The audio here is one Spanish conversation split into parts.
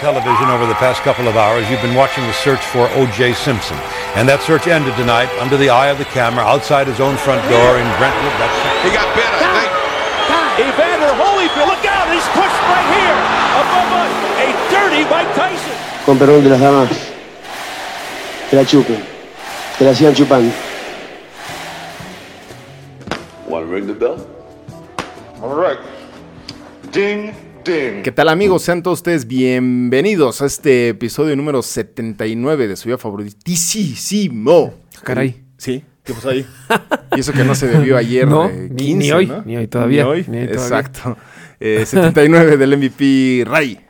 television over the past couple of hours, you've been watching the search for O.J. Simpson. And that search ended tonight under the eye of the camera outside his own front door in Brentwood. That's- He got bit, I think. Evander Holyfield, look out! He's pushed right here above us. A dirty Mike Tyson. con perdón de las damas, que la chupen, que la sigan chupando. Want to ring the bell? All right. Ding, ding. ¿Qué tal amigos? Sean todos ustedes bienvenidos a este episodio número 79 de su vida favoritísimo. Ah, Caray. Sí, ¿qué pasó ahí? y eso que no se debió ayer. No, eh, ni- 15, ni hoy, ¿no? ni hoy todavía, Ni hoy, ni hoy todavía. exacto. Eh, 79 del MVP Ray.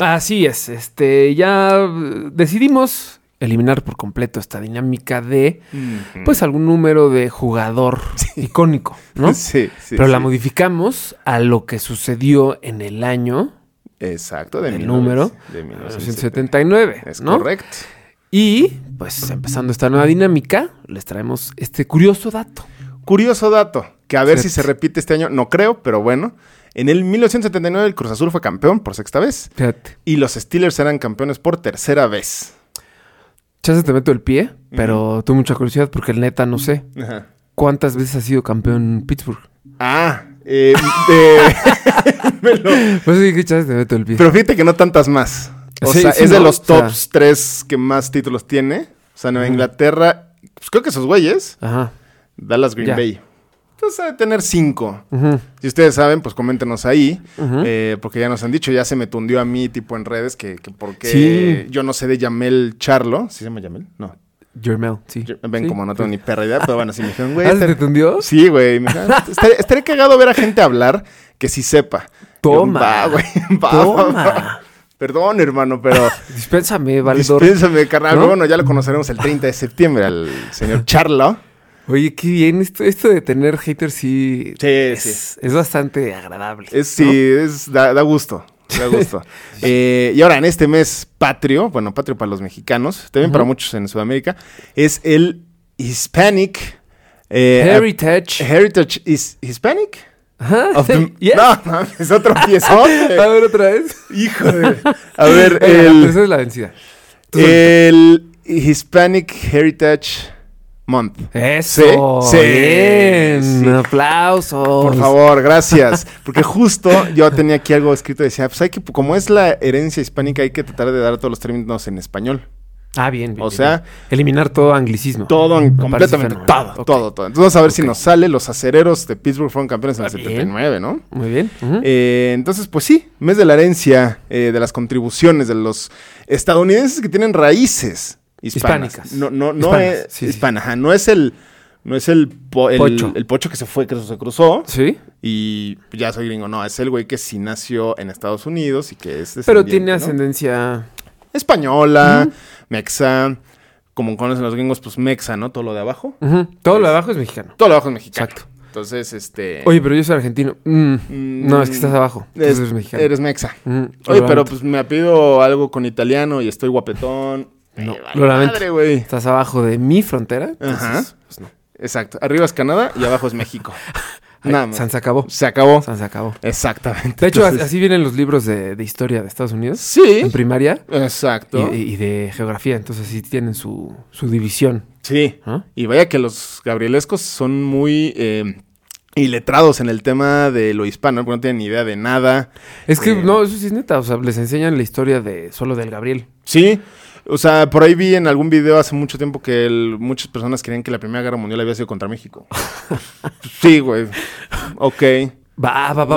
Así es, este, ya eh, decidimos eliminar por completo esta dinámica de, pues, algún número de jugador icónico, ¿no? Sí, sí, Pero la sí. modificamos a lo que sucedió en el año, Exacto, de el 19, número, de 1970. 1979, Es ¿no? correcto. Y, pues, empezando esta nueva dinámica, les traemos este curioso dato. Curioso dato, que a ver Cierto. si se repite este año, no creo, pero bueno. En el 1979 el Cruz Azul fue campeón por sexta vez Fíjate, y los Steelers eran campeones por tercera vez. chance te meto el pie, pero tuve mucha curiosidad porque el neta no sé. Ajá. ¿Cuántas veces ha sido campeón Pittsburgh? Ah, eh, eh, Pues sí, que chance te meto el pie. pero fíjate que no tantas más. O Sí, sea, sí, es de ¿no? los O sea- tops tres que más títulos tiene. O sea, Nueva Inglaterra, pues creo que esos güeyes, Ajá. Dallas Green Ya. Bay. Entonces ha de tener cinco. Ujú. Si ustedes saben, pues coméntenos ahí, Ujú. eh, porque ya nos han dicho, ya se me tundió a mí tipo en redes que, que por qué Sí. yo no sé de Yamel Charlo. ¿Sí se llama Yamel? No. Jermel, sí. Yo- ven Sí. como no tengo ni perra idea, pero bueno, sí me dijeron, güey. ¿Ah, este- se te tundió? Sí, güey. me dijeron, Estaría, estaría cagado ver a gente hablar que sí sepa. Yo, Toma. va, güey, va, Toma. va, va. Perdón, hermano, pero Dispénsame, valedor. dispénsame, carnal. ¿No? Bueno, ya lo conoceremos el 30 de septiembre al señor Charlo. Oye, qué bien. Esto, esto de tener haters sí, Sí, es, sí. Eh, es bastante agradable. Es, sí, es, da, da gusto. Da gusto. Eh, y ahora, en este mes patrio, bueno, patrio para los mexicanos, también para muchos en Sudamérica, es el Hispanic. eh, Heritage. Heritage is Hispanic? Ajá. Of the- Yes. No, mames, es otro piezote. A ver otra vez. Híjole. A ver, Venga, la el, tercera es la vencida. tú solito. el Hispanic Heritage Month. Eso. Sí, sí, Bien. pues. sí. Aplausos. Por favor, gracias. Porque justo yo tenía aquí algo escrito. Decía, pues hay que, como es la herencia hispánica, hay que tratar de dar todos los términos en español. Ah, bien. bien, O bien, sea, bien. eliminar todo anglicismo. Todo, en- Me parece completamente. fenomenal. Todo, Ok. todo, todo. Entonces, vamos a ver si Ok. nos sale. Los acereros de Pittsburgh fueron campeones en el Ah, bien. 79, ¿no? Muy bien. Ujú. Eh, entonces, pues sí, mes de la herencia, eh, de las contribuciones de los estadounidenses que tienen raíces hispanas. Hispánicas. No, no, no Hispanas, es sí, sí. hispana, ajá, no es el, no es el, po- el- Pocho. el pocho que se fue, que se cruzó Sí. y ya soy gringo. No, es el güey que sí nació en Estados Unidos y que es Pero descendiente, tiene ¿no? ascendencia. española, mexa, como conocen los gringos, pues mexa, ¿no? Todo lo de abajo, Ujú. Todo lo de abajo es mexicano. todo lo de abajo es mexicano. Exacto. Entonces, este, Oye, pero yo soy argentino. Mm. Mm, No, es que estás abajo. Entonces es- eres mexicano. eres mexa. Mm, lo Oye, pero lamento. pues me apido algo con italiano y estoy guapetón. No, Eh, lo lamento. Madre, güey. Estás abajo de mi frontera. entonces, Ajá. pues no. Exacto. Arriba es Canadá y abajo es México. Ay, Nada más. San se acabó. Se acabó. San se acabó. Exactamente. De hecho, Entonces- así vienen los libros de, de historia de Estados Unidos. En Sí. primaria. Y, Exacto. y de geografía. Entonces sí tienen su, su división. Sí. ¿no? Y vaya que los gabrielescos son muy eh, iletrados en el tema de lo hispano, porque no tienen ni idea de nada. Es que Eh. no, eso sí es neta. O sea, les enseñan la historia de solo del Gabriel. Sí. O sea, por ahí vi en algún video hace mucho tiempo que el- muchas personas creían que la Primera Guerra Mundial había sido contra México. sí, güey. Ok. Va, va, Va, va, va, va,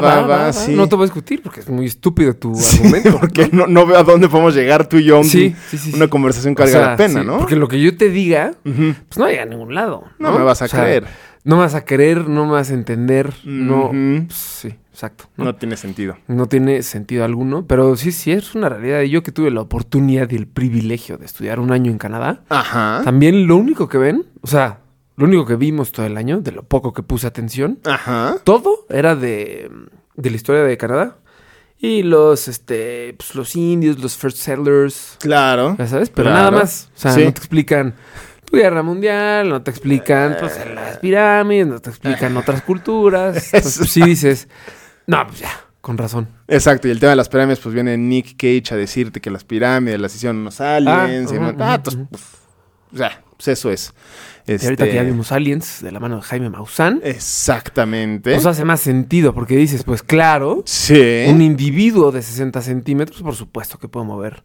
va, va, va, va, va. sí. No te voy a discutir porque es muy estúpido tu Sí, argumento. porque no, no veo a dónde podemos llegar tú y yo. un- Sí, sí, sí, sí. Una conversación O carga sea, la pena, sí, ¿no? Porque lo que yo te diga, Ujú. pues no llega a ningún lado. No me vas a O sea, creer. No me vas a creer, no me vas a entender. No. Ujú. pues, sí, exacto. No. ¿no? tiene sentido. No tiene sentido alguno, pero sí, sí, es una realidad. Y yo que tuve la oportunidad y el privilegio de estudiar un año en Canadá, Ajá. también lo único que ven, o sea, lo único que vimos todo el año, de lo poco que puse atención, Ajá. todo era de, de la historia de Canadá. Y los, este, pues, los indios, los first settlers, Claro. ya sabes, pero Claro. nada más. O sea, Sí. no te explican tu guerra mundial, no te explican pues, Eh. las pirámides, no te explican otras culturas. Entonces, pues, sí dices, no, pues ya. Con razón. Exacto, y el tema de las pirámides, pues viene Nick Cage a decirte que las pirámides las hicieron unos aliens. y ujú, demás. Ah, ujú, pues, ujú. pues, o sea, pues eso es. Y ahorita que ya Este, Eh. vimos Aliens de la mano de Jaime Maussan, Exactamente. pues hace más sentido porque dices, pues claro, sí. un individuo de 60 centímetros, por supuesto que puede mover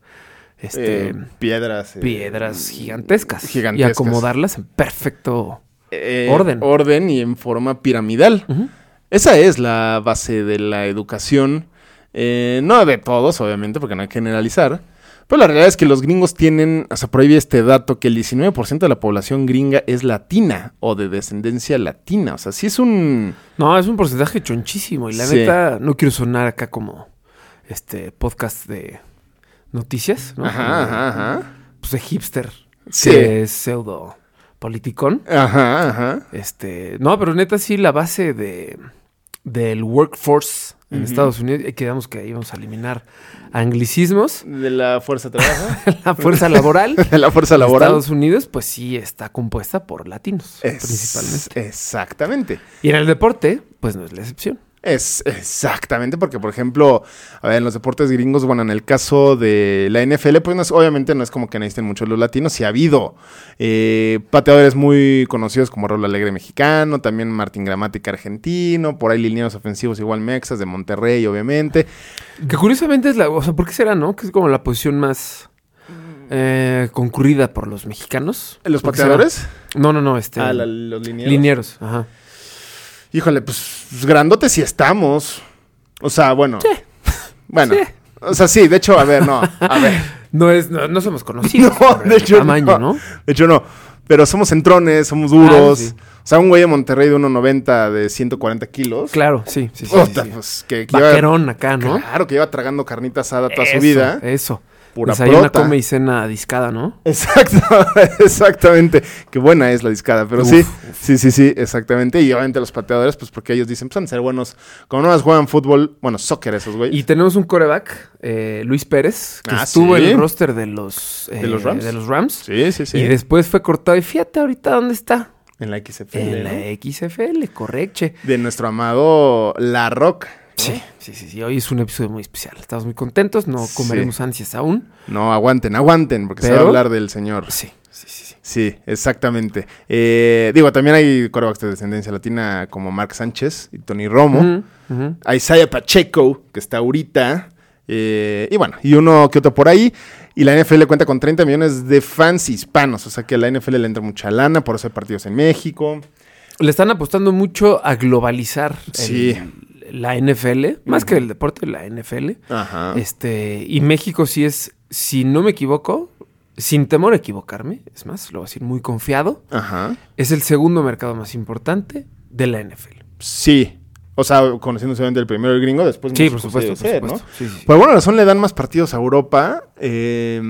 este, Eh, piedras. eh, piedras gigantescas, gigantescas. y acomodarlas en perfecto. eh, orden. Orden y en forma piramidal. Ujú. Esa es la base de la educación. eh, no de todos, obviamente, porque no hay que generalizar. Pero la realidad es que los gringos tienen, o sea, por ahí vi este dato, que el 19% de la población gringa es latina o de descendencia latina. O sea, sí es un... No, es un porcentaje chonchísimo. Y la Sí. neta, no quiero sonar acá como este podcast de noticias, ¿no? Como Ajá, de- ajá, ajá. Pues de hipster. Sí. Que es pseudo politicón. Ajá, ajá. Este. No, pero neta, sí, la base de del workforce en Estados Unidos. eh, Quedamos que íbamos a eliminar anglicismos. De la fuerza de trabajo. La fuerza laboral. de la fuerza de laboral. Estados Unidos, pues sí, está compuesta por latinos, Es- principalmente. Exactamente. Y en el deporte, pues no es la excepción. Es exactamente, porque por ejemplo, a ver, en los deportes gringos, bueno, en el caso de la NFL, pues no es- obviamente no es como que necesiten mucho los latinos, sí ha habido eh, pateadores muy conocidos como Raúl Alegre mexicano, también Martín Gramática argentino, por ahí lineados ofensivos igual mexas de Monterrey, obviamente. Que curiosamente es la. O sea, ¿por qué será, no? Que es como la posición más eh, concurrida por los mexicanos. ¿Los ¿Por qué será? pateadores? No, no, no, este. Ah, la- los linieros. linieros. Ajá. Híjole, pues grandotes sí estamos. O sea, bueno. Bueno. Sí. O sea, sí, de hecho, a ver, no, a ver. No, es, no, no somos conocidos. No, por de el hecho Tamaño, no. ¿no? De hecho, no. Pero somos centrones, somos duros. Ah, sí. O sea, un güey de Monterrey de 1,90 de 140 kilos. Claro, sí, sí, sí. sí, Puta, sí. pues, que, que Vaquerón acá, lleva, ¿no? Claro, que lleva tragando carnita asada toda su Eso, eh. vida. Eso. Pura Desayuna, prota. come y cena discada, ¿no? Exacto, exactamente. Qué buena es la discada, pero sí, sí, sí, sí, exactamente. Y obviamente los pateadores, pues porque ellos dicen, pues han de ser buenos. Como no más juegan fútbol, bueno, soccer esos, güey. Y tenemos un coreback, eh, Luis Pérez, que Ah, estuvo sí. en el roster de los, eh, los Rams? de los Rams. Sí, sí, sí. Y después fue cortado. Y fíjate ahorita dónde está. En la XFL. En ¿no? la E. XFL, correcche. De nuestro amado La Rock. Sí, Eh, sí, sí, sí. Hoy es un episodio muy especial. Estamos muy contentos, no Sí. comeremos ansias aún. No, aguanten, aguanten, porque se va a Pero- hablar del señor. Sí, sí, sí, sí. Sí, exactamente. Eh, digo, también hay corebacks de descendencia latina como Mark Sánchez y Tony Romo. Ujú, ujú. A Isaiah Pacheco, que está ahorita. eh, y bueno, y uno que otro por ahí. Y la NFL cuenta con 30 millones de fans hispanos. O sea que a la NFL le entra mucha lana, por eso hay partidos en México. Le están apostando mucho a globalizar el- Sí. la NFL, más que el deporte, la NFL. Ajá. Este, y México sí es, si no me equivoco, sin temor a equivocarme, es más, lo voy a decir muy confiado, Ajá. es el segundo mercado más importante de la NFL. Sí. O sea, conociendo solamente el primero el gringo, después Sí, mucho por se supuesto, debe hacer, por ¿no? supuesto. Sí, sí, sí. Por alguna razón le dan más partidos a Europa. eh,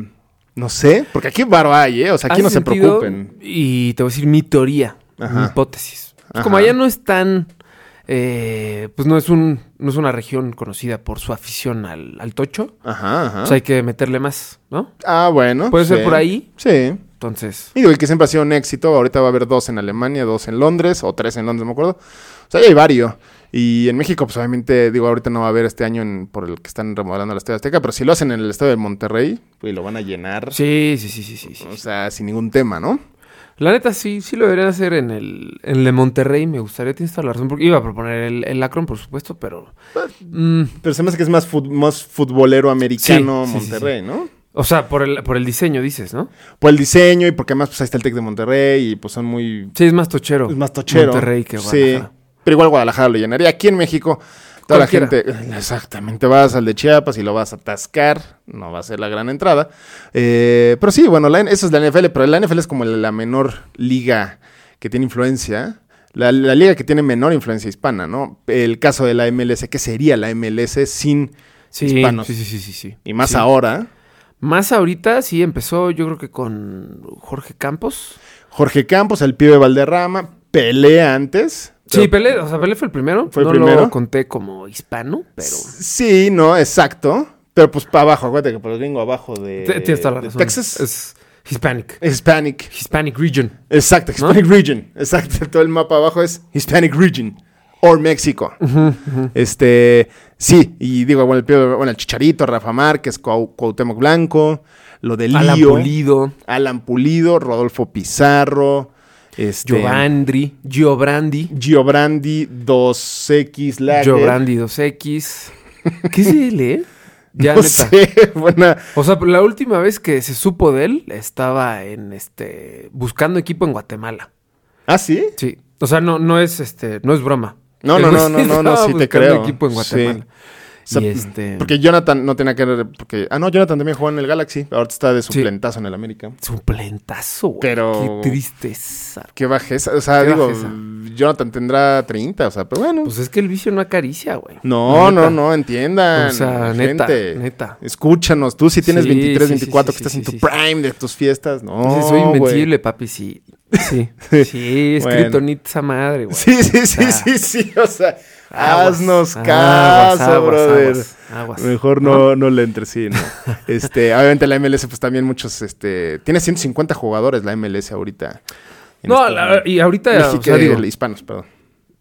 no sé, porque aquí varo hay, ¿eh? O sea, aquí Hace no se sentido, preocupen. Y te voy a decir mi teoría, Ajá. mi hipótesis. Pues Ajá. como allá no es tan. eh, pues no es un. no es una región conocida por su afición al, al tocho. Ajá, ajá. Pues hay que meterle más, ¿no? ah, bueno. Puede ser por ahí. Sí. Entonces. Y digo, el que siempre ha sido un éxito. Ahorita va a haber dos en Alemania, dos en Londres, o tres en Londres, no me acuerdo. O sea, ya hay varios. Y en México, pues obviamente, digo, ahorita no va a haber este año en- por el que están remodelando el Estadio Azteca, pero si lo hacen en el Estadio de Monterrey, pues lo van a llenar. Sí, sí, sí, sí, sí. sí. O sea, sin ningún tema, ¿no? La neta, sí, sí lo deberían hacer en el, en el de Monterrey. Me gustaría, tienes toda la razón. Porque iba a proponer el, el Akron, por supuesto, pero. mm, Pero se me hace que es más, fut- más futbolero americano Sí, sí, sí, sí. Monterrey, ¿no? o sea, por el, por el diseño, dices, ¿no? Por el diseño y porque además pues ahí está el Tec de Monterrey y pues son muy Sí, es más tochero. es Pues más tochero. Monterrey que Sí. Guadalajara. Pero igual Guadalajara lo llenaría. Aquí en México toda Cualquiera. la gente exactamente vas al de Chiapas y lo vas a atascar, no va a ser la gran entrada. Eh, pero sí, bueno, la N- eso es la NFL, pero la NFL es como la menor liga que tiene influencia. La, la liga que tiene menor influencia hispana, ¿no? El caso de la MLS, ¿qué sería la MLS sin Sí, hispanos? sí, sí, sí, sí, sí. Y más Sí. ahora, Más ahorita sí empezó, yo creo que con Jorge Campos. Jorge Campos, el pibe Valderrama, pelea antes. Sí, pero- Pelé, o sea, Pelé fue el primero. ¿Fue el no primero? lo conté como hispano, pero Sí, no, exacto. Pero pues para abajo, acuérdate que por el gringo abajo de, te- tienes toda la de razón. Texas. Es Hispanic. Hispanic. Hispanic Region. Exacto, Hispanic Region. Exacto, todo el mapa abajo es Hispanic Region. or México. Este, sí, y digo, bueno, el, Pío- bueno, el Chicharito, Rafa Márquez, Cuau- Cuauhtémoc Blanco, lo de Lío, Alan Pulido, Alan Pulido, Rodolfo Pizarro, este, Giovandri, Giobrandi, Giobrandi, 2X Lager. Giobrandi 2X. ¿Qué es él, eh? Ya no neta. sé, buena- O sea, la última vez que se supo de él estaba en este buscando equipo en Guatemala. ¿Ah, sí? Sí. O sea, no, no es este, no es broma. No, El no, güey no, no, no, no, estaba sí te buscando creo. equipo en Sí. Guatemala. sea, y este Porque Jonathan no tenía que ver, porque... Ah, no, Jonathan también jugó en el Galaxy, ahorita está de suplentazo en el América. suplentazo, güey. Pero- qué tristeza. Qué bajeza, o sea, Qué digo, bajeza. Jonathan tendrá 30, o sea, pero bueno. Pues es que el vicio no acaricia, güey. No, La neta. no, no, entiendan. O sea, neta, neta. Escúchanos. Tú si tienes Sí, 23, sí, sí, 24, sí, que estás sí, en tu sí, sí. prime de tus fiestas. No, Dices, soy güey. invencible, papi, sí. Sí, sí, es Bueno. kriptonita esa madre, güey. Sí, sí, sí, Ah. sí, sí. O sea, Aguas, haznos aguas, caso, aguas, brother. aguas, aguas. Mejor no, no le entres, sí, no. este, obviamente la MLS, pues también muchos, este, tiene 150 jugadores la MLS ahorita. En No, este- la- y ahorita, o México, sea, digo, eh, hispanos, perdón.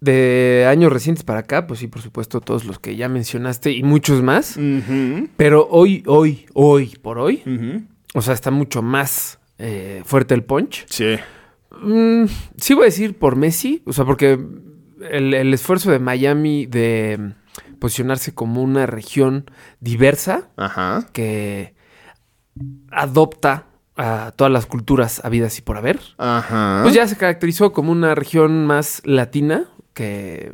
de años recientes para acá, pues sí, por supuesto, todos los que ya mencionaste y muchos más. Pero hoy, hoy, hoy, por hoy, o sea, está mucho más eh, fuerte el punch. Sí. Mm, sí voy a decir por Messi, o sea, porque el, el esfuerzo de Miami de mm, posicionarse como una región diversa Ajá. que adopta a todas las culturas habidas y por haber, Ajá. pues ya se caracterizó como una región más latina que,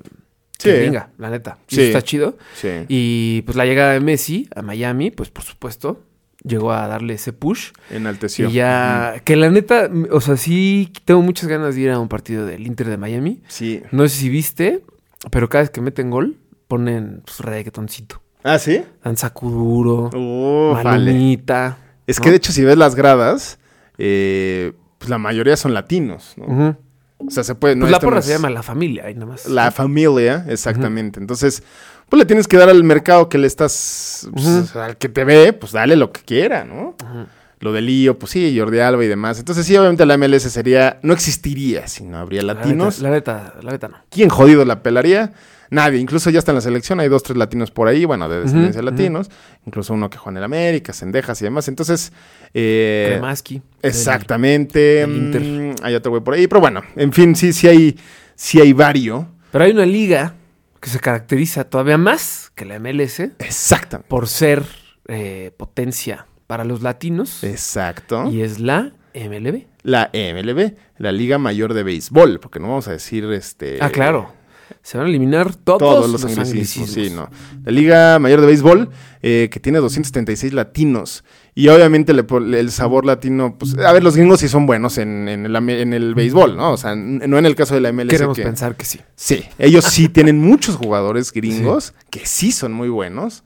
Sí. que gringa, la neta. Y Sí. eso está chido. Sí. Y pues la llegada de Messi a Miami, pues por supuesto, llegó a darle ese push. Enalteció. Y ya, que la neta, m- o sea, sí tengo muchas ganas de ir a un partido del Inter de Miami. Sí. No sé si viste, pero cada vez que meten gol, ponen pues, reggaetoncito. ¿Ah, sí? Danza Kuduro, Uf, vale. Malumita. Es ¿no? que de hecho, si ves las gradas, eh, pues la mayoría son latinos, ¿no? Ujú. O sea, se puede. no Pues la estamos- porra se llama La Familia, ahí nomás. La familia, exactamente. Entonces, pues le tienes que dar al mercado que le estás. pues, Al que te ve, pues dale lo que quiera, ¿no? Lo de lío, pues sí, Jordi Alba y demás. Entonces, sí, obviamente la MLS sería. No existiría si no habría La neta, latinos. La neta, la neta no. ¿Quién jodido la pelaría? Nadie, incluso ya está en la selección, hay dos, tres latinos por ahí, bueno, de descendencia de latinos, incluso uno que juega en el América, Cendejas y demás. Entonces, eh, Kremaski. exactamente, del Inter. mm, hay otro güey por ahí, pero bueno, en fin, sí, sí hay, sí hay vario. Pero hay una liga que se caracteriza todavía más que la MLS Exactamente. por ser eh, potencia para los latinos. Exacto. Y es la MLB. La E MLB, la Liga Mayor de Béisbol, porque no vamos a decir este. ah, claro. Se van a eliminar todos, todos los, anglicismos. Sí, no. La Liga Mayor de Béisbol, eh, que tiene 276 latinos. Y obviamente le pon- el sabor latino, pues, a ver, los gringos sí son buenos en, en el, ame- en el béisbol, ¿no? O sea, n- no en el caso de la MLS. Queremos que- pensar que sí. Sí, ellos sí tienen muchos jugadores gringos que sí son muy buenos,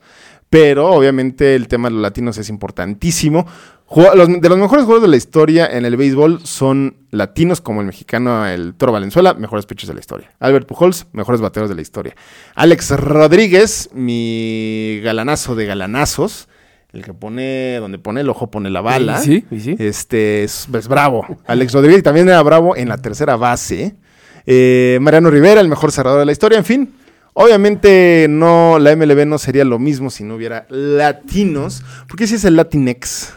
pero obviamente el tema de los latinos es importantísimo. Ju- los- de los mejores jugadores de la historia en el béisbol son latinos como el mexicano el Toro Valenzuela, mejores pitchers de la historia. Albert Pujols, mejores bateros de la historia. Alex Rodríguez, mi galanazo de galanazos, el que pone donde pone el ojo pone la bala. Y sí, y sí. Este es, es bravo. Alex Rodríguez también era bravo en la tercera base. Eh, Mariano Rivera, el mejor cerrador de la historia. En fin, obviamente no, la MLB no sería lo mismo si no hubiera latinos. Porque si es el Latinex.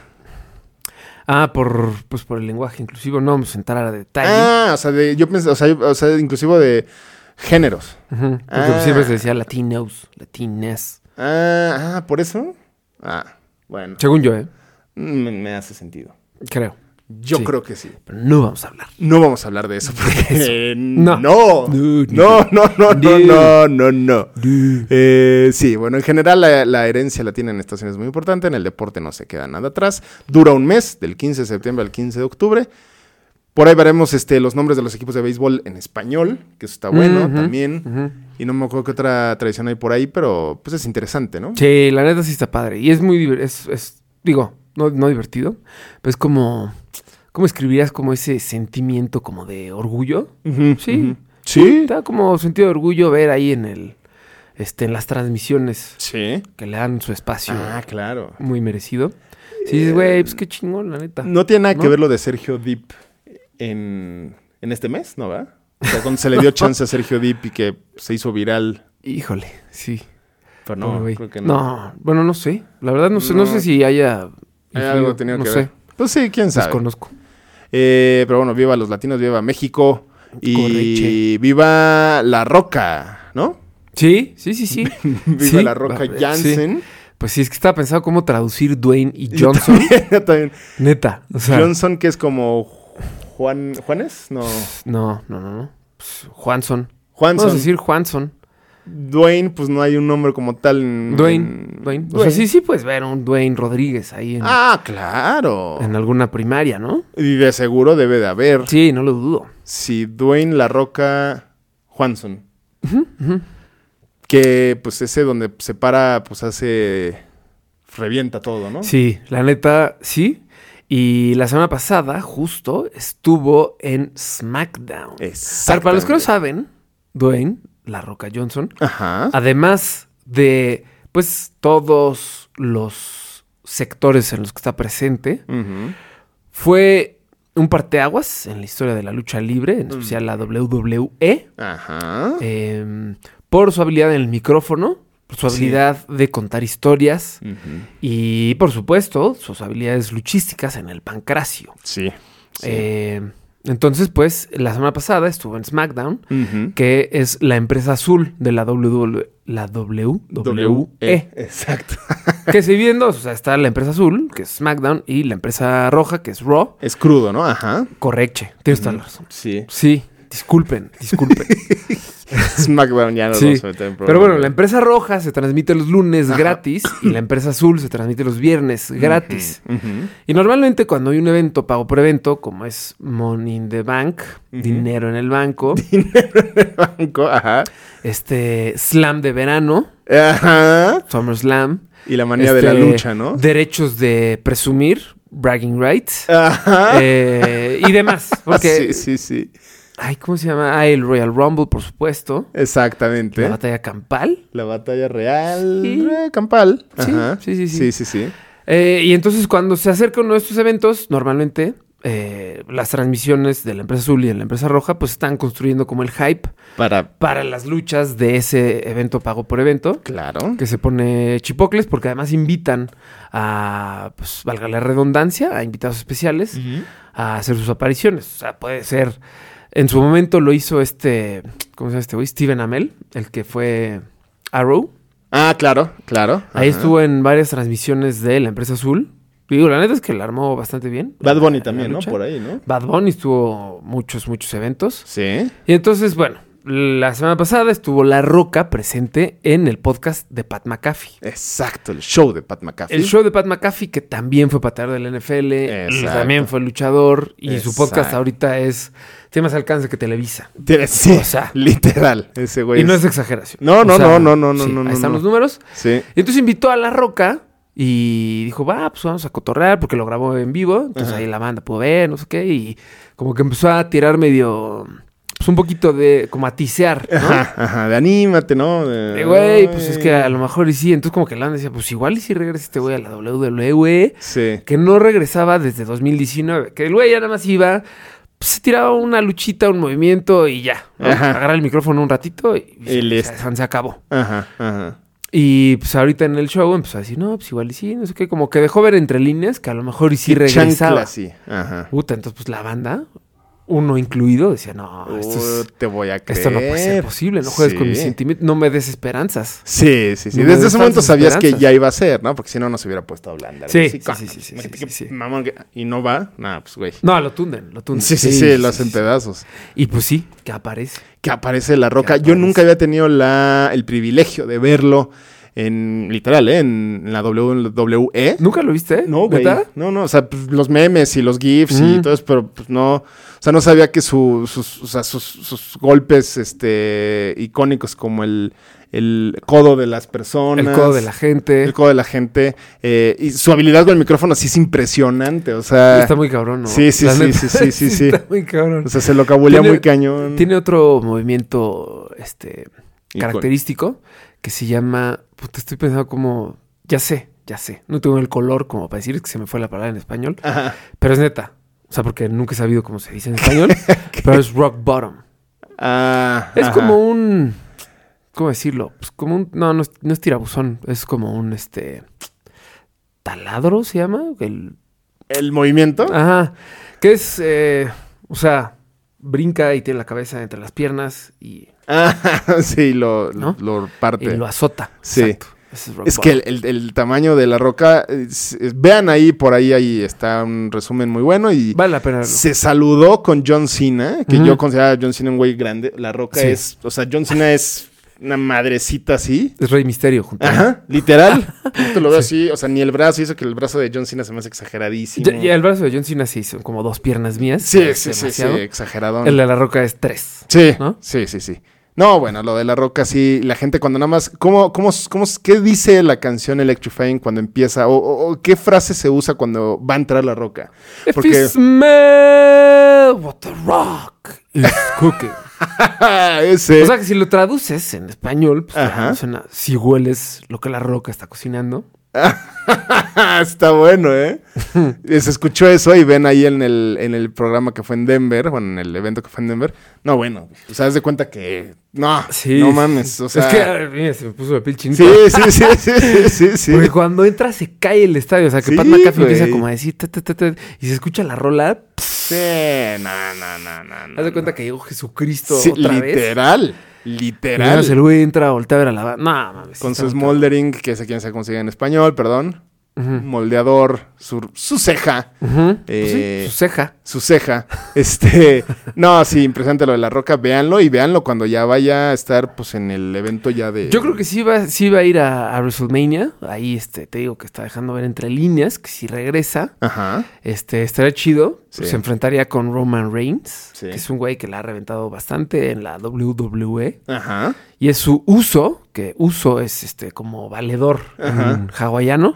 Ah, por, pues por el lenguaje inclusivo. No vamos a entrar a detalle. Ah, o sea, de- yo pensé, o sea, yo- o sea, inclusive de géneros. Ujú, Porque ah. siempre se decía latinos, latinas. Ah, ah, por eso. Ah, bueno. Según yo, ¿eh? Me, me hace sentido. Creo. Yo Sí. creo que sí. Pero no vamos a hablar. No vamos a hablar de eso porque No. no. No, Dude, no, no, no, no, Dude. no, no, no. Eh, sí, bueno, en general la, la herencia latina en Estados Unidos es muy importante, en el deporte no se queda nada atrás. Dura un mes, del 15 de septiembre al 15 de octubre. Por ahí veremos este, los nombres de los equipos de béisbol en español, que eso está bueno Ujú, también. ujú. Y no me acuerdo qué otra tradición hay por ahí, pero pues es interesante, ¿no? Sí, la neta sí está padre. Y es muy divertido. Es, es- digo, no, no divertido. Pero es como. ¿Cómo escribirías como ese sentimiento como de orgullo? Ujú, Sí. ujú. Sí. Da como sentido de orgullo ver ahí en el. Este, en las transmisiones Sí. que le dan su espacio Ah, Eh, claro. muy merecido. Sí, dices, güey, pues qué chingón, la neta. No tiene nada ¿No? que ver lo de Sergio Deep en, en este mes, ¿no va? O sea, cuando se le dio chance a Sergio Dip y que se hizo viral. Híjole, sí. Pero pobre no, güey. creo que no. no. bueno, no sé. La verdad no sé, No. no, sé si haya... Hay algo tenía no que sé, ver. Pues sí, quién sabe. desconozco. Eh, pero bueno, viva los latinos, viva México. Y Correche. viva La Roca, ¿no? Sí, sí, sí, sí. Viva Sí, Ah, La Roca sí. Jansen. Pues sí, es que estaba pensado cómo traducir Dwayne y Johnson. Yo también. Neta. O sea, Johnson, que es como Juan, ¿Juanes? No. No, no, no, no. Pues, Juanson. Juanson. Vamos a decir Juanson. Dwayne, pues no hay un nombre como tal. en- Dwayne. en- Dwayne. O sea, sí, sí puedes ver un Dwayne Rodríguez ahí en, Ah, claro. en alguna primaria, ¿no? Y de seguro debe de haber. Sí, no lo dudo. Si Dwayne La Roca Juanson. Que pues ese donde se para, pues hace. Revienta todo, ¿no? Sí, la neta, sí. Y la semana pasada, justo, estuvo en SmackDown. Para, para los que no Exactamente. saben, Dwayne, La Roca Johnson, Ajá. además de, pues, todos los sectores en los que está presente, Ujú. fue un parteaguas en la historia de la lucha libre, en especial la WWE, Ajá. em, por su habilidad en el micrófono, por su habilidad de contar historias y, por supuesto, sus habilidades luchísticas en el pancracio. Sí. Sí. Eh, entonces, pues, la semana pasada estuvo en SmackDown, Ujú. que es la empresa azul de la WWE. La WWE. E. Exacto. que se divide en dos. O sea, está la empresa azul, que es SmackDown, y la empresa roja, que es Raw. Es crudo, ¿no? Ajá. Correcche. Tienes toda la razón. Sí. Sí, disculpen, disculpen. SmackDown ya no Sí. vamos a meter en Pero bueno, la problemas. empresa roja se transmite los lunes gratis y la empresa azul se transmite los viernes gratis. Ujú. Y normalmente cuando hay un evento pago por evento, como es Money in the Bank, dinero en el banco, Banco, Ajá. este slam de verano, Ajá. Summer Slam, Y la manía de la este, lucha, ¿no? derechos de presumir, bragging rights Ajá. eh, y demás, porque Ah. Sí, sí, sí. ay, ¿cómo se llama? Ah, el Royal Rumble, por supuesto, Exactamente. la batalla campal. La batalla real. Sí. eh, Campal. Sí, Ajá. sí, sí, sí. Sí, sí, sí. Eh, y entonces cuando se acerca uno de estos eventos, normalmente eh, las transmisiones de la empresa azul y de la empresa roja pues están construyendo como el hype Para. para las luchas de ese evento pago por evento. Claro. Que se pone chipocles porque además invitan a, pues valga la redundancia, a invitados especiales a hacer sus apariciones. O sea, puede ser, en su momento lo hizo este, ¿cómo se llama este güey? Steven Amell, el que fue Arrow. Ah, claro, claro. Ahí Ajá. estuvo en varias transmisiones de la empresa azul. Digo, la neta es que la armó bastante bien. Bad Bunny La también, ¿no? lucha. Por ahí, ¿no? Bad Bunny estuvo muchos, muchos eventos. Sí. Y entonces, bueno, la semana pasada estuvo La Roca presente en el podcast de Pat McAfee. Exacto, el show de Pat McAfee. El show de Pat McAfee, que también fue pateador del NFL, Exacto. también fue luchador, y su podcast Exacto. ahorita es tiene más alcance que Televisa. Tiene- Sí, O sea. literal. Ese güey. y no es es- exageración. Pues No, O no, no, no, no, no, sí, no, Ahí no, están no. los números. Sí. Y Entonces invitó a La Roca y dijo, va, pues vamos a cotorrear porque lo grabó en vivo. Entonces ahí la banda pudo ver, no sé qué. Y como que empezó a tirar medio, pues un poquito de, como a tisear, ¿no? Ajá, ajá, de anímate, ¿no? De- De, güey, pues es que a lo mejor y sí. Entonces como que la banda decía, pues igual y si regresa este güey a la E, WWE. Sí. Que no regresaba desde 2019. Que el güey ya nada más iba, pues se tiraba una luchita, un movimiento y ya. ¿no? Ajá. Agarra el micrófono un ratito y, "Pues, Y listo. se- se acabó. Ajá, ajá. Y pues ahorita en el show empezó a decir, no, pues igual y sí, no sé qué, como que dejó ver entre líneas que a lo mejor y sí regresaba. Chancla, sí. Ajá. Puta, entonces pues la banda, uno incluido, decía, no, esto, es- Uh, te voy a creer. esto no puede ser posible, no juegues con mis Sí. sentimientos, no me des esperanzas. Sí, sí, sí. No me Desde des ese momento falsas sabías que esperanzas. ya iba a ser, ¿no? Porque si no, no se hubiera puesto a hablar. Sí, ¿no? sí, ca- sí, sí, sí, imagínate sí, que sí. mamón que- Y no va. Nada, pues, güey. No, lo tunden, lo tunden. Sí, sí, sí, lo hacen sí. pedazos. Y pues sí, que aparece. Que aparece La Roca. Yo aparece. nunca había tenido la, el privilegio de verlo en, literal, ¿eh? En la WWE. ¿Nunca lo viste? No, güey. ¿Neta? No, no, o sea, pues, los memes y los GIFs y Mm. todo eso, pero pues no. O sea, no sabía que su- sus, o sea, sus, sus golpes este, icónicos como el, el codo de las personas. El codo de la gente. El codo de la gente. eh, y su habilidad con el micrófono sí es impresionante. O sea. Está muy cabrón, ¿no? Ah, Sí, sí, La sí, neta, sí, sí, sí, sí. Está muy cabrón. O sea, se lo cabulea Tiene- muy cañón. Tiene otro movimiento este Icónico. característico que se llama. Puta, estoy pensando como. Ya sé, ya sé. No tengo el color como para decir que se me fue la palabra en español. Pero es neta. O sea, porque nunca he sabido cómo se dice en español. pero es rock bottom. Ah, Es ajá. como un. ¿Cómo decirlo? Pues como un. No, no es, no es tirabuzón. Es como un este. Taladro se llama. El, ¿El movimiento? ajá. Que es. eh, o sea, brinca y tiene la cabeza entre las piernas y, Ah, sí, lo, ¿No? lo parte. y lo azota. Sí. Exacto. Ese rock Es que el, bottom. el- el tamaño de la roca, es- es- vean ahí, por ahí, ahí está un resumen muy bueno y Vale la pena verlo. se saludó con John Cena, que Ujú. yo consideraba a John Cena un güey grande. La roca Sí. es, o sea, John Cena es una madrecita así. Es Rey Misterio junto a- Ajá, literal. Yo te lo veo así, o sea, ni el brazo, y eso que el brazo de John Cena se me hace exageradísimo. Ya- ya el brazo de John Cena sí son como dos piernas mías. sí, es sí, sí, sí, demasiado. exageradón. El de la roca es tres. Sí, ¿no? sí, sí, sí. No, bueno, lo de la roca, sí, la gente cuando nada más, ¿cómo, cómo, cómo, qué dice la canción Electrifying cuando empieza? ¿O, o- o qué frase se usa cuando va a entrar la roca? If you Porque smell what the rock is cooking. ah, ese, O sea que si lo traduces en español, pues Ajá. te suena, si hueles lo que la roca está cocinando. Ah, está bueno, ¿eh? se escuchó eso y ven ahí en el, en el programa que fue en Denver, bueno, en el evento que fue en Denver. No, bueno, o sea, haz de cuenta que, no, no mames, o sea. Es que, ay, mira, se me puso la piel chinita. Sí, sí, sí, sí, sí, sí, sí. Porque cuando entra se cae el estadio. O sea que Sí, Pat McAfee güey. empieza como a decir ta, ta, ta, ta, y se escucha la rola. pss, Sí, no, no, no, no, no. Haz de cuenta que llegó Jesucristo Sí, otra vez. literal, Y nada más literal. el güey entra, voltea a ver a la... ba- No, mames. Con está su muy smoldering, que sé quién se consigue en español, perdón. Moldeador, su, su ceja. cabrón. Ujú. Pues sí, eh, su ceja. su ceja. Este. no, sí, impresionante lo de la roca. Véanlo y véanlo cuando ya vaya a estar pues en el evento ya de. Yo creo que sí va, sí va a ir a, a WrestleMania. Ahí este, te digo que está dejando ver entre líneas que si regresa, Ajá. este, estaría chido. Sí. Se enfrentaría con Roman Reigns, Sí. que es un güey que la ha reventado bastante en la E. WWE. Ajá. Y es su uso, que uso es este como valedor en hawaiano.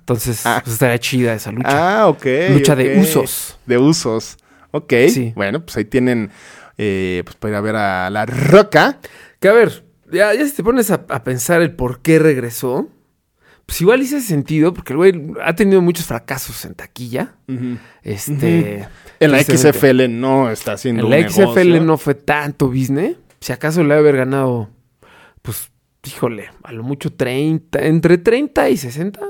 Entonces, pues, estaría chida esa lucha. Ah, ok. Lucha de ok. usos. De usos. Ok. Sí. Bueno, pues ahí tienen. eh, pues para ir a ver a la roca. Que a ver, ya, ya si te pones a, a pensar el por qué regresó, pues igual hice sentido, porque el güey ha tenido muchos fracasos en taquilla. Este. En la tristemente. XFL no está haciendo. En un la XFL negocio. no fue tanto business. Si acaso le ha de haber ganado, pues, híjole, a lo mucho 30, entre 30 y 60,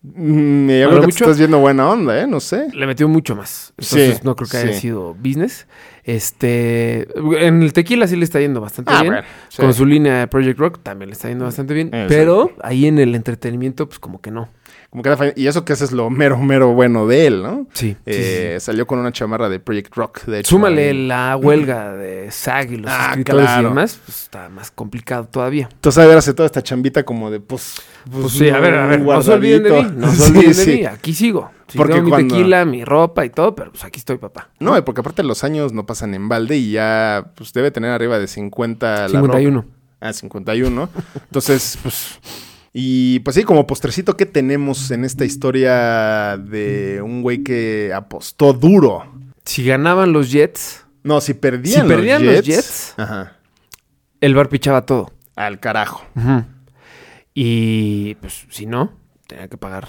Mm, A yo creo lo que te mucho- estás viendo buena onda, ¿eh? No sé. le metió mucho más. Entonces Sí, no creo que haya sí. sido business. Este, en el tequila sí le está yendo bastante Ah, bien. bueno, sí. Con su línea de Project Rock también le está yendo bastante bien. Exacto. Pero ahí en el entretenimiento, pues como que no. Como que era fa- y eso que ese es lo mero, mero bueno de él, ¿no? Sí, sí, Eh, sí, Salió con una chamarra de Project Rock, de hecho. Súmale ahí. la huelga de SAG y los Ah, escritores claro. y demás, pues está más complicado todavía. Entonces, a ver, hace toda esta chambita como de, pues... Pues sí, a ver, a ver, un no se olviden de mí, guardadito. no se Sí, olviden de sí. mí, aquí sigo. Sí, Porque tengo mi cuando- tequila, mi ropa y todo, pero pues aquí estoy, papá. No, eh, porque aparte los años no pasan en balde y ya, pues, debe tener arriba de 50 la 51. roca. Ah, 51. Entonces, pues... Y, pues sí, como postrecito, ¿qué tenemos en esta historia de un güey que apostó duro? Si ganaban los Jets, No, si perdían, Si los, perdían los Jets, Jets. Ajá. el bar pichaba todo. Al carajo. Ujú. Y pues si no, tenía que pagar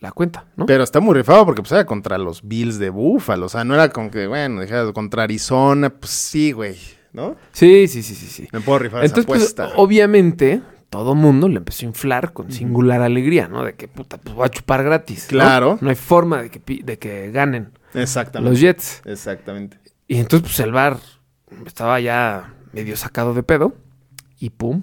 la cuenta, ¿no? Pero está muy rifado porque pues era contra los Bills de Búfalo. O sea, no era como que, bueno, dejaba contra Arizona. Pues sí, güey. ¿No? Sí, sí, sí, sí, sí. Me puedo rifar Entonces, pues, esa apuesta. obviamente, todo mundo le empezó a inflar con singular alegría, ¿no? De que, puta, pues voy a chupar gratis. ¿no? Claro. No hay forma de que, pi- de que ganen Exactamente. los Jets. Exactamente. Y entonces, pues el bar estaba ya medio sacado de pedo. Y pum,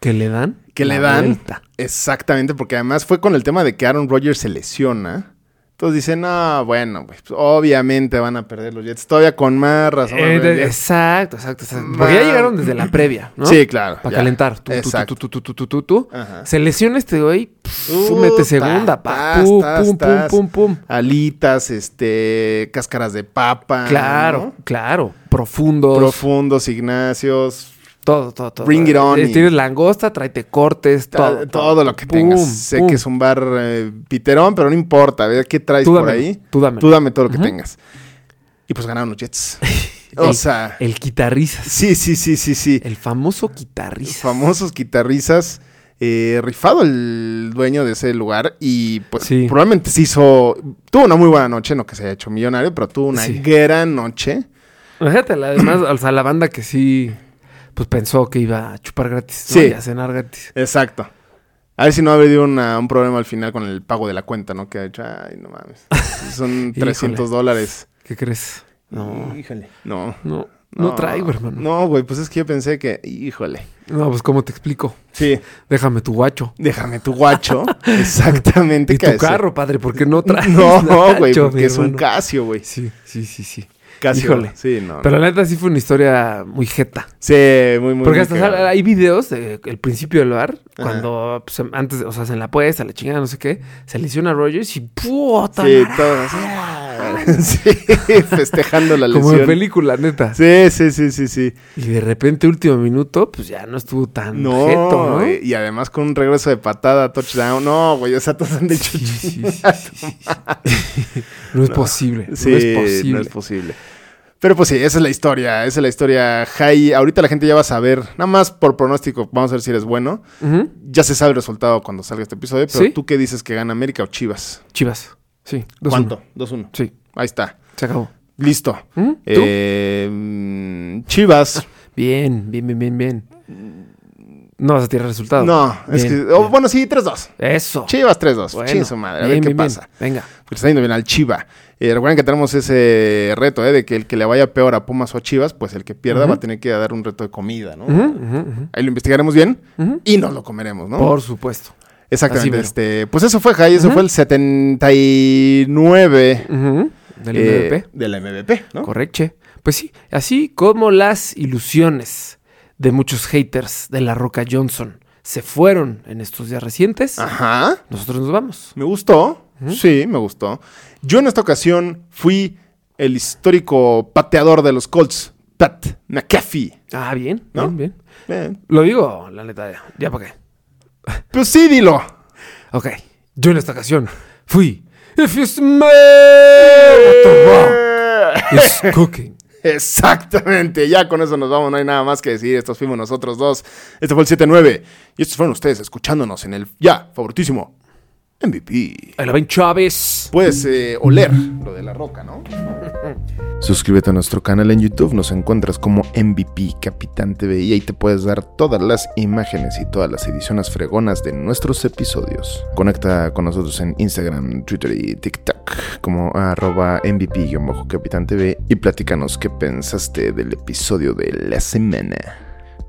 que le dan. Que la le dan. vuelta. Exactamente, porque además fue con el tema de que Aaron Rodgers se lesiona. Entonces dicen, no, bueno, güey, pues, obviamente van a perder los Jets. Todavía con más razón. Eh, güey, de- ya- exacto, exacto, exacto. Porque ya Man. llegaron desde la previa, ¿no? Mm, Sí, claro, Para ya. calentar. Tú, tú, Exacto. tú, tú, tú, tú, tú, tú. Ajá. Se lesiona este güey. pff, tú Puta, mete segunda, pa. tas, Pum, tas, pum, pum, tas. pum, pum. Ah, Alitas, este, cáscaras de papa. Claro, ¿no? claro. Profundos. Profundos, Ignacios. todo, todo, todo. Bring it on Eh, y- Tienes langosta, tráete cortes, todo. Todo, todo lo que tengas. Pum, sé pum. que es un bar eh, piterón, pero no importa. A ver qué traes Tú por dámelo, ahí. tú dámelo. todo lo que tengas. Y pues ganaron los Jets. El- o sea, El guitarrizas. sí, sí, sí, sí, sí. El famoso guitarrizas. Famosos guitarrizas. eh, rifado el dueño de ese lugar y pues Sí. probablemente se hizo, tuvo una muy buena noche, no que se haya hecho millonario, pero tuvo una Sí. gran noche. Imagínatela, además, o sea, la banda que sí, pues pensó que iba a chupar gratis ¿no? Sí. y a cenar gratis. Exacto. A ver si no ha habido una- un problema al final con el pago de la cuenta, ¿no? Que ha dicho, ay, no mames. Son 300 dólares. ¿Qué crees? No, Híjole. No. no, no, traigo, hermano. No. No, güey, pues es que yo pensé que, híjole. pues ¿cómo te explico? Sí, Déjame tu guacho. déjame tu guacho. Exactamente. Y que tu ese- carro, padre, porque no traes ¿eh? No, no, güey, nacho, mi porque es un hermano? Casio, güey. Sí, sí, sí, sí. Casio. Híjole. Sí, no. no. Pero la neta sí fue una historia muy jeta. Sí, muy, muy Porque muy hasta cagado. sal- hay videos del principio del bar, cuando pues, antes, o sea, en la puesta, la chingada, no sé qué, se lesiona a Rogers y puta. Sí, madre! todos. Sí, festejando la lesión. como en película, neta. Sí, sí, sí, sí, sí. Y de repente, último minuto, pues ya no estuvo tan No, jeto, ¿no? eh, y además con un regreso de patada, touchdown. No, güey, o sea, todos han dicho. Sí, sí, sí, sí, sí, sí. No es posible. Sí, no es posible. posible. Pero pues sí, esa es la historia, esa es la historia. Jai, ahorita la gente ya va a saber, nada más por pronóstico, vamos a ver si eres bueno. Ujú. Ya se sabe el resultado cuando salga este episodio, pero ¿Sí? tú qué dices que gana América o Chivas. Chivas. Sí. dos uno. 2-1. Sí, Ahí está. se acabó. Listo. ¿Mm? ¿Tú? Eh, mm, Chivas. Bien, bien, bien, bien, bien. No vas a tirar resultado. No, es Ah, Bien, que. oh, bien. bueno, sí, 3-2. Eso. Chivas 3-2. Bueno, Chin su madre. A ver bien, qué bien, bien. pasa. Venga. Porque está yendo bien al Chiva. Eh, recuerden que tenemos ese reto, ¿eh? De que el que le vaya peor a Pumas o a Chivas, pues el que pierda va a tener que dar un reto de comida, ¿no? Ahí lo investigaremos bien y nos lo comeremos, ¿no? Por supuesto. Exactamente. así Este, pues eso fue, Jai. Eso fue el 79 Del eh, MVP. de la MVP, ¿no? Correcche. Pues sí, así como las ilusiones de muchos haters de la Roca Johnson se fueron en estos días recientes, Ajá. nosotros nos vamos. Me gustó. Sí, me gustó. Yo en esta ocasión fui el histórico pateador de los Colts, Pat McAfee. Ah, bien, ¿No? bien, bien. Eh, Lo digo, la neta, ya, ya para qué. pues sí, dilo. Ok, yo en esta ocasión fui. If you smell what the rock is cooking. Exactamente, ya con eso nos vamos, no hay nada más que decir. Estos fuimos nosotros dos. Este fue el 7-9. Y estos fueron ustedes escuchándonos en el ya favoritísimo MVP. Alain Chávez. Puedes eh, oler lo de la roca, ¿no? Suscríbete a nuestro canal en YouTube, nos encuentras como MVP Capitán TV y ahí te puedes dar todas las imágenes y todas las ediciones fregonas de nuestros episodios. Conecta con nosotros en Instagram, Twitter y TikTok como arroba MVP-Capitán TV y platícanos qué pensaste del episodio de la semana.